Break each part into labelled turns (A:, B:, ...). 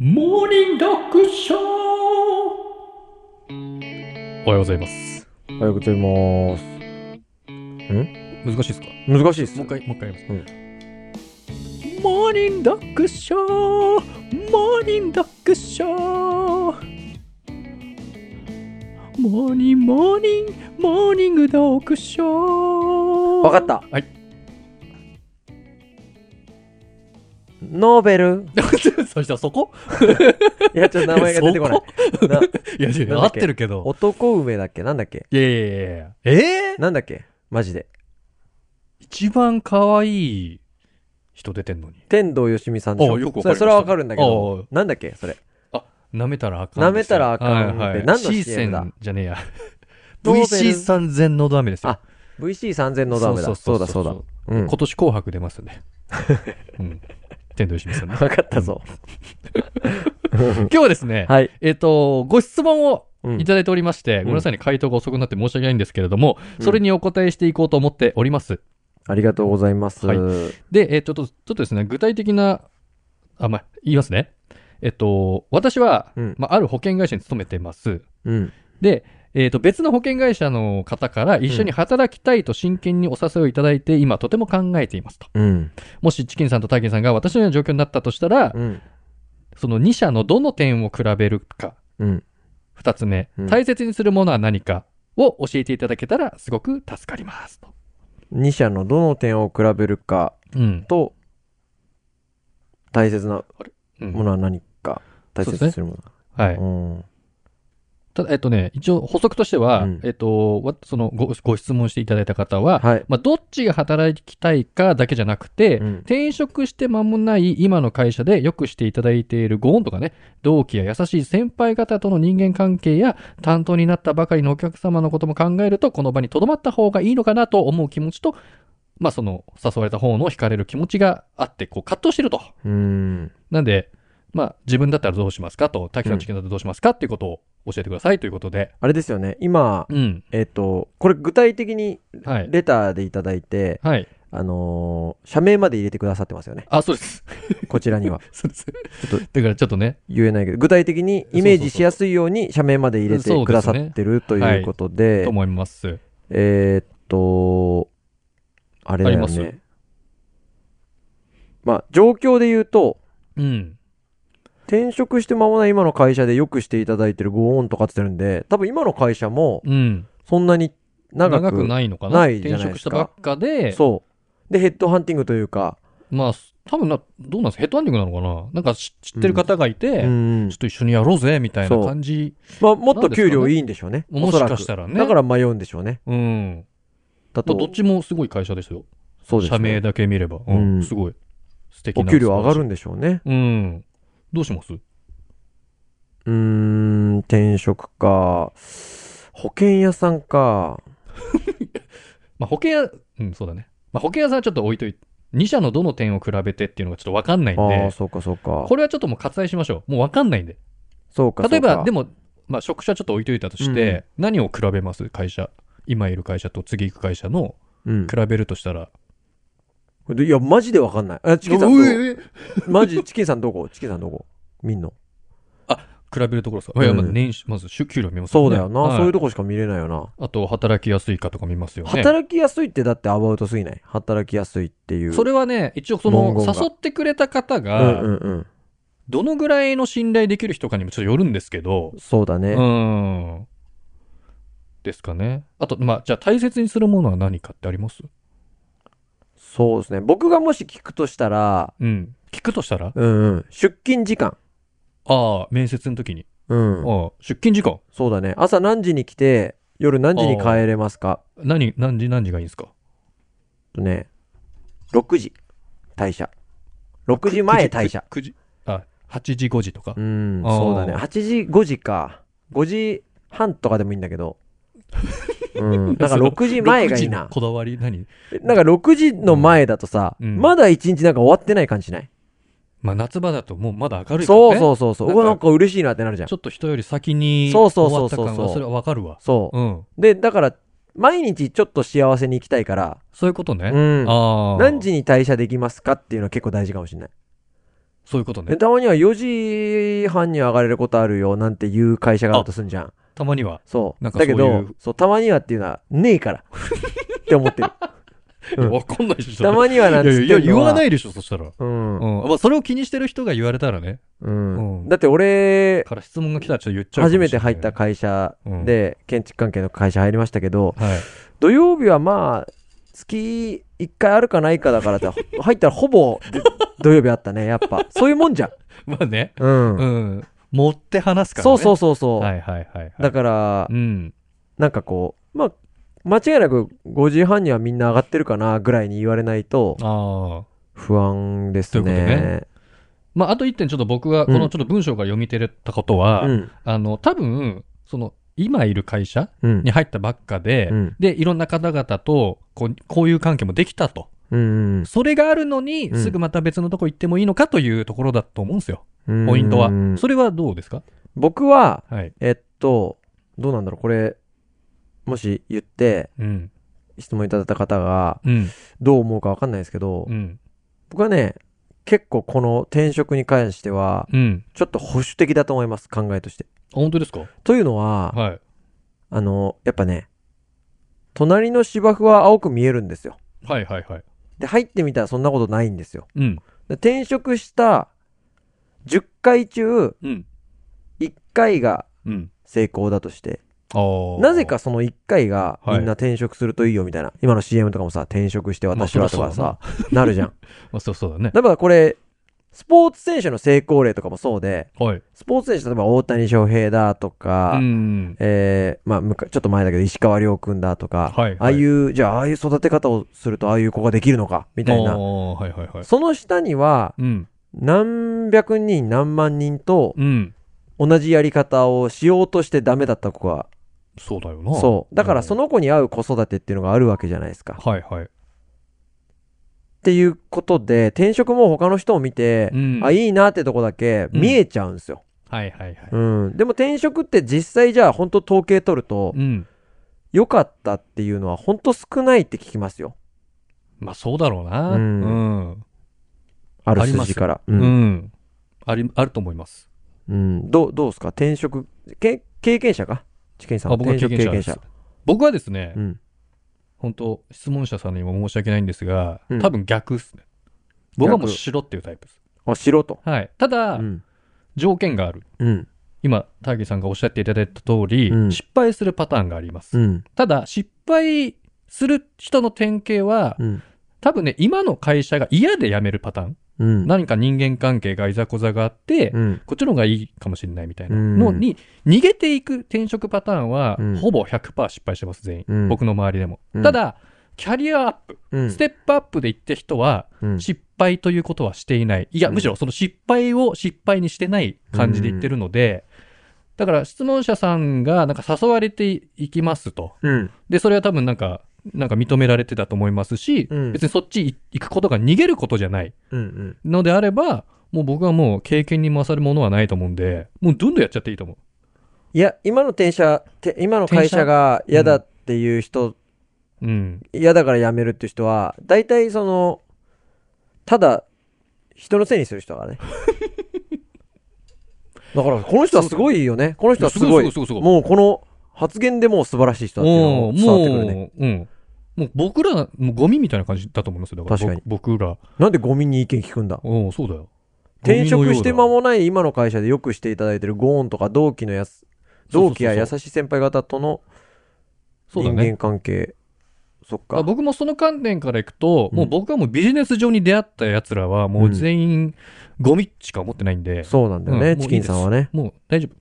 A: モーニング読書おはようございます。
B: おはようございます。
A: 難しいですか
B: 難しいです。
A: もう一回、もう一回やり
B: う
A: ます。モーニング読書モーニング読書モーニング、モーニング、モーニング読書
B: わかった。
A: はい。
B: ノーベル。
A: そしたらそこ
B: いや、ちょっと名前が出てこない
A: そ。
B: ない
A: や、違う
B: なん
A: 合
B: だ
A: っ
B: っけ
A: てるけど。
B: 男梅だっけなんだっけ
A: いやいやいやいや。えー、
B: なんだっけマジで。
A: 一番可愛い人出てんのに。
B: 天童よしみさんでしょ
A: あよくわかりました
B: それそれはわかるんだけど。なんだっけそれ。
A: 舐めたらあかんですよ。
B: 舐めたらあかんって
A: はいはい、
B: 何の
A: C
B: CM だ
A: 線じゃねえや。
B: ノーベル
A: VC3000 のダメですよ。
B: あ VC3000 のダメだ。そうだそうだ。うん。
A: 今年紅白出ますん で。うん。天童よしみさんね。
B: わかったぞ。
A: 今日はですね、
B: はい。
A: えっ、と、ご質問を
B: うん
A: いただいておりまして、ごめんなさいね、回答が遅くなって申し訳ないんですけれども、それにお答えしていこうと思っております。
B: ありがとうございます。
A: は
B: はいい。
A: で、えっ、と、ちょっとですね、具体的な、あ、まあ、言いますね。えっ、と、私は、
B: うん
A: まあ、ある保険会社に勤めてます。
B: うん。
A: で、えー、と別の保険会社の方から一緒に働きたいと真剣にお誘いをいただいて、今とても考えていますと。
B: うん。
A: もしチキンさんとターキンさんが私のような状況になったとしたら、
B: うん。
A: その2社のどの点を比べるか、
B: うん。
A: 2つ目、
B: うん
A: 大切にするものは何かを教えていただけたらすごく助かりますと。
B: 2社のどの点を比べるか
A: うん。
B: と、大切な
A: うん
B: ものは何か。大切にするも
A: はい。
B: の。うん。
A: ただ、えっとね、一応補足としては、
B: うん
A: えっと、わそのごご質問していただいた方は、
B: はい。
A: まあ、どっちが働きたいかだけじゃなくて、
B: うん
A: 転職して間もない今の会社でよくしていただいているご恩とかね、同期や優しい先輩方との人間関係や担当になったばかりのお客様のことも考えると、この場に留まった方がいいのかなと思う気持ちと、まあその誘われた方の惹かれる気持ちがあって、こう葛藤してると。
B: うーん。
A: なんで、まあ自分だったらどうしますかと、滝さ
B: うんん
A: チキンだったらどうしますかっていうことを教えてくださいということで。
B: あれですよね。今、
A: うん。
B: えっ、と、これ具体的に
A: はい。
B: レターでいただいて、
A: はい。
B: あのー社名まで入れてくださってますよね。
A: あ、 そうです。
B: こちらには。
A: そうです。
B: ちょっと
A: だからちょっとね、
B: 言えないけど、具体的にイメージしやすいように社名まで入れてくださってるということで、
A: と思います。
B: えーっと、あれだ
A: あ
B: よ
A: ります
B: ね。まあ、状況で言うと、
A: うん。
B: 転職して間もない今の会社でよくしていただいてるご恩とかって言ってるんで、多分今の会社も
A: うん。
B: そんなに長く
A: 長くないのかな
B: ないじゃない
A: 転職
B: で
A: し
B: す
A: た
B: か
A: ばっかで、
B: そう。で、ヘッドハンティングというか、
A: まあ、多分な、どうなんですかヘッドハンティングなのかななんか知知ってる方がいて、
B: うん
A: ちょっと一緒にやろうぜ、みたいな
B: そう
A: 感じ。
B: まあ、もっと給料いいんでしょうね。
A: も
B: お
A: し
B: そら
A: か
B: く。
A: したらね。
B: だから迷うんでしょうね。
A: うん。
B: だ
A: ま
B: と、
A: あどっちもすごい会社ですよ。
B: そうですね
A: 社名だけ見れば。うん。
B: うん
A: すごい。素敵
B: お
A: な。
B: 給料上がるんでしょうね。
A: うん。どうします
B: うーん、転職か、保険屋さんか、
A: まあ、保険屋、うん、そうだね。まあ、保険屋さんはちょっと置いといて、2社のどの点を比べてっていうのがちょっとわかんないん
B: ああ、
A: で、
B: そうかそうか
A: こ。れはちょっともう割愛しましょう。もうわかんないんで。
B: そうかそうか。
A: 例えば、で
B: も、
A: も、まあ、職種はちょっと置いといたとして、何を比べます会社。今いる会社と次行く会社の
B: うん
A: 比べるとしたら。
B: これ。いや、マジでわかんない。あ、チキンさん
A: お
B: ど
A: い
B: こ
A: おいおい
B: マジ、チキンさんどこチキンさんどこ見んの。
A: 比べるところですか、いや、
B: うん
A: まあ年収、まず収給料見ます
B: そ
A: よね
B: うだよな、
A: はい
B: そういうとこしか見れないよな。
A: あと、働きやすいかとか見ますよね。
B: 働きやすいってだってアバウトすぎない働きやすいっていう。
A: それはね、一応その
B: 文、言が
A: 誘ってくれた方
B: うんう
A: が、
B: んうん。
A: どのぐらいの信頼できる人かにもちょっとよるんですけど、
B: そうだ
A: う
B: ね。
A: ーん。ですかね。あと、まあ、じゃあ大切にするものは何かってあります
B: そうですね。僕がもし聞くとしたら、
A: うん。聞くとしたら
B: うんうん。出勤時間。
A: ああ、面接の時に。
B: うん。
A: ああ、出勤時間。
B: そうだね。朝何時に来て、夜何時に帰れますか
A: 何、何時何時がいいんですか
B: とね、6時、退社。6時前退社。
A: 9時、あ、8時5時とか
B: う。ん、
A: あー
B: そうだね。8時、5時か。5時半とかでもいいんだけど。 うん。だから6時前がいい
A: 6時の
B: な。
A: こだわり何
B: なんか6時の前だとさ、
A: うん
B: まだ1日なんか終わってない感じしない、
A: まあ夏場だともうまだ明るいからね。
B: そうそうそうそう。
A: なん
B: う
A: か
B: わ、なんか嬉しいなってなるじゃん
A: ち。ょっと人より先に
B: そうそう
A: 終わ
B: そ
A: っ
B: う
A: た
B: そう
A: 感がそれはわかるわ。
B: そう。
A: うん。
B: で、だから、毎日ちょっと幸せに行きたいから、
A: そういうことね。
B: うん。
A: ああ。
B: 何時に退社できますかっていうのは結構大事かもしれない。
A: そういうこと
B: え
A: ね。
B: たまには4時半に上がれることあるよなんていう会社があるとすんじゃん。
A: たまには。
B: そう。
A: なんか
B: だけ
A: そうい
B: ど
A: う、
B: そう、たまにはっていうのは、ね えから。って思ってる。うん
A: わかんないでしょ。
B: たまにはなん
A: いや
B: つっ
A: い
B: て
A: や、
B: ん
A: 言
B: のは。
A: わないでしょ、そしたら。う
B: う。
A: ん
B: うん。
A: ん。まあ、それを気にしてる人が言われたらね。うん
B: だって俺、
A: から質問が来たらちょっと言っちゃうかもし
B: 初
A: れな
B: め
A: い
B: て入った、会社で、建築関係の会社入りましたけど、
A: はい。
B: 土曜日はまあ、月1回あるかないかだからって、 入ったらほぼで土曜日あったね、やっぱ。そういうもんじゃん。
A: まあね。
B: うん。
A: うん。持って話すから
B: そ
A: ね。
B: うそううそうそう。
A: はいはいはいはい。
B: だから
A: う、ん。
B: なんかこう、まあ、間違いなく5時半にはみんな上がってるかなぐらいに言われないと
A: ああ。
B: 不安です
A: ということ
B: ね
A: ね。まあ、あと一点ちょっと僕が、このちょっと文章から読み取れたことは、
B: うん。
A: あの、多分、その、今いる会社
B: うん
A: に。入ったばっかで、
B: うん
A: で、いろんな方々とこう、こういう関係もできたと。
B: うん。
A: それがあるのに、
B: うん
A: すぐまた別のとこ行ってもいいのかというところだと思うんですよ。
B: うん
A: ポイントは
B: うん。
A: それはどうですか
B: 僕は、
A: はい。
B: えっと、どうなんだろう、これ、もし言って
A: うん。
B: 質問いただいた方が
A: うん。
B: どう思うかわかんないですけど
A: う、ん。
B: 僕はね、結構この転職に関しては、
A: うん。
B: ちょっと保守的だと思います、考えとして。
A: あ本当ですか
B: というのは、
A: はい。
B: あの、やっぱね、隣の芝生は青く見えるんですよ。
A: はいはいはい。
B: で、入ってみたらそんなことないんですよ。
A: うん。
B: で転職した10回中
A: うん。
B: 1回が
A: うん。
B: 成功だとして、
A: ああ。
B: なぜかその1回が
A: はい
B: みんな転職するといいよみたいな、今の CM とかもさ、転職して私はと
A: まあ
B: か
A: そりゃ
B: さ、なるじゃん。
A: まあ、そうそうだね。
B: だからこれ、スポーツ選手の成功例とかもそうで、
A: はい。
B: スポーツ選手、例えば大谷翔平だとか、
A: うん。
B: えーまあ、むかちょっと前だけど石川遼君だとか、
A: はいはい
B: ああいう、じゃあああいう育て方をするとああいう子ができるのか、みたい
A: あー
B: な。
A: はいはいはい。
B: その下には、
A: うん。
B: 何百人何万人と
A: うん。
B: 同じやり方をしようとしてダメだった子が、
A: そうだよな。
B: そう。だからその子に合う子育てっていうのがあるわけじゃないですか。っ
A: はいはい。
B: ていうことで、転職も他の人を見て、
A: うん
B: あ、いいなってとこだけ
A: うん
B: 見えちゃうんですよ。
A: はいはいはい。
B: うん。でも転職って実際じゃあ本当統計取ると、
A: うん。
B: 良かったっていうのは本当少ないって聞きますよ。
A: まあ、そうだろうな。
B: うん
A: うん。
B: ある
A: あります
B: 筋から。う。
A: うんん。あり、あると思います。
B: うん。どう、どうですか転職、け経験者か知見さん
A: あ、僕は経験者
B: 転
A: で
B: 職
A: す。僕はですね
B: う、ん。
A: 本当質問者さんにも申し訳ないんですが
B: うん、
A: 多分逆っすね。僕はもう
B: 逆
A: 白っていうタイプです。
B: あ、素人。
A: はい。た
B: う
A: だ、
B: ん。
A: 条件がある。
B: うん。
A: 今、ターゲーさんがおっしゃっていただいた通り、
B: うん
A: 失敗するパターンがあります。
B: うん。
A: ただ、失敗する人の典型は、
B: うん。
A: 多分ね、今の会社が嫌で辞めるパターン。
B: うん。
A: 何か人間関係がいざこざがあって、
B: うん。
A: こっちの方がいいかもしれないみたいな
B: うん
A: のに、逃げていく転職パターンは、
B: うん
A: ほぼ100%失敗してます、全員。
B: うん
A: 僕の周りでも。
B: うん
A: ただ、キャリアアップ、
B: うん
A: ステップアップでいった人は、
B: うん
A: 失敗ということはしていない。いや、
B: うん
A: むしろその失敗を失敗にしてない感じで言ってるので、だから質問者さんがなんか誘われていきますと。
B: うん。
A: で、それは多分なんか、なんか認められてたと思いますし、
B: うん
A: 別にそっち行くことが逃げることじゃない
B: うん。
A: のであれば、もう僕はもう経験に勝るものはないと思うんで、もうどんどんやっちゃっていいと思う。
B: いや、今の転社、て今の会社が嫌だっていう人、
A: うん。
B: 嫌だから辞めるっていう人は、大体その、ただ、人のせいにする人 がね。だから、この人はすごいよね。この人はすごい。
A: すごいすごいすごい
B: もうこの発言でもう素晴らしい人だっていうの
A: も
B: を
A: う、
B: 伝わってくるね。
A: もう、うん。もう僕ら、もうゴミみたいな感じだと思いますよ。だから
B: 確かに
A: 僕僕ら。
B: なんでゴミに意見聞くんだ
A: うん、そうだよ。
B: 転職して間
A: ゴミのよう
B: もない今の会社でよくしていただいてるゴーンとか同期のやつ、
A: そうそうそう
B: 同期や優しい先輩方との
A: だそうだ
B: 人
A: ね
B: 間。関係。そっ
A: まあ
B: か。
A: 僕もその観点からいくと、
B: うん
A: もう僕はもうビジネス上に出会った奴らは、もう全員ゴミしか思ってないんで、
B: そうなんだよね、
A: うんもういい
B: チキン
A: です
B: さんはね。
A: もう大丈夫。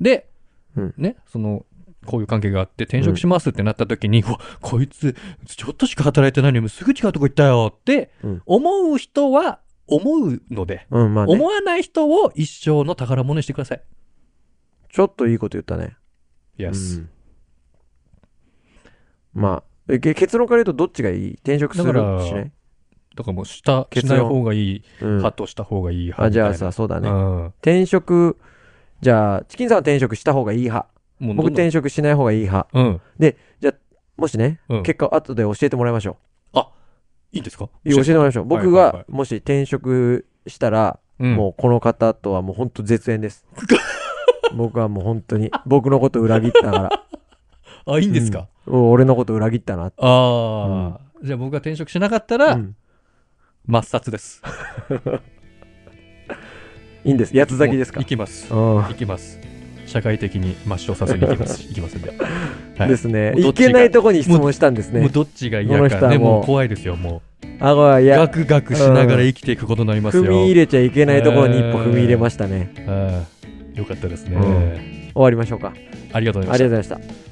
A: で、
B: うん
A: ね、その、こういう関係があって転職しますってなった時に、うわ、こいつ、ちょっとしか働いてないのにすぐ違うとこ行ったよって
B: うん、
A: 思う人は思うので、
B: うん、まあね
A: 思。わない人を一生の宝物にしてください。
B: ちょっといいこと言ったね。う
A: Yes.
B: んまあ、えけ結論から言うとどっちがいい転職する
A: だから
B: しない
A: だからもうした、し
B: 結論
A: ない方がいい、
B: うん
A: ハッ。とした方がいい派
B: あ、
A: み
B: じ
A: たい
B: ゃ
A: な。
B: あさ、そうだ
A: う
B: ね。
A: ん。
B: 転職、じゃあ、チキンさんは転職した方がいい派。
A: もう
B: 僕
A: どんどん
B: 転職しない方がいい派。
A: うん。
B: もしね、
A: うん
B: 結果を後で教えてもらいましょ
A: いいんですか
B: う。いや教えてもらいましょう。
A: はい
B: 僕
A: はいは
B: が
A: い
B: もし転職したら、
A: うん
B: もうこの方とはもう本当絶縁 です。僕はもう本当に、僕のこと裏切った から。
A: あ、いいんですか、
B: うん俺のこと裏切ったな。
A: ああ、じゃあ僕が転職しなかったら、
B: うん
A: 抹殺です。
B: いいんです。八つ咲きですか
A: もう行。きます。
B: うん
A: 行きます。社会的に抹消させに行き ます。行きますんで。はい
B: ですね。
A: もうどっ
B: い
A: ちが
B: けないとこに質問したんです
A: もう
B: ね。
A: どっちが嫌
B: この人
A: か
B: は
A: ね、
B: もう
A: もう怖いですよ、も。
B: あごいうや
A: ガクガクしながら生きていくことになりますよ。
B: 踏み入れちゃいけないところに一歩踏み入れましたね。
A: ああよかったですね、
B: うん終わりましょうか。あり
A: ありがとうございま
B: が
A: した
B: とうございました。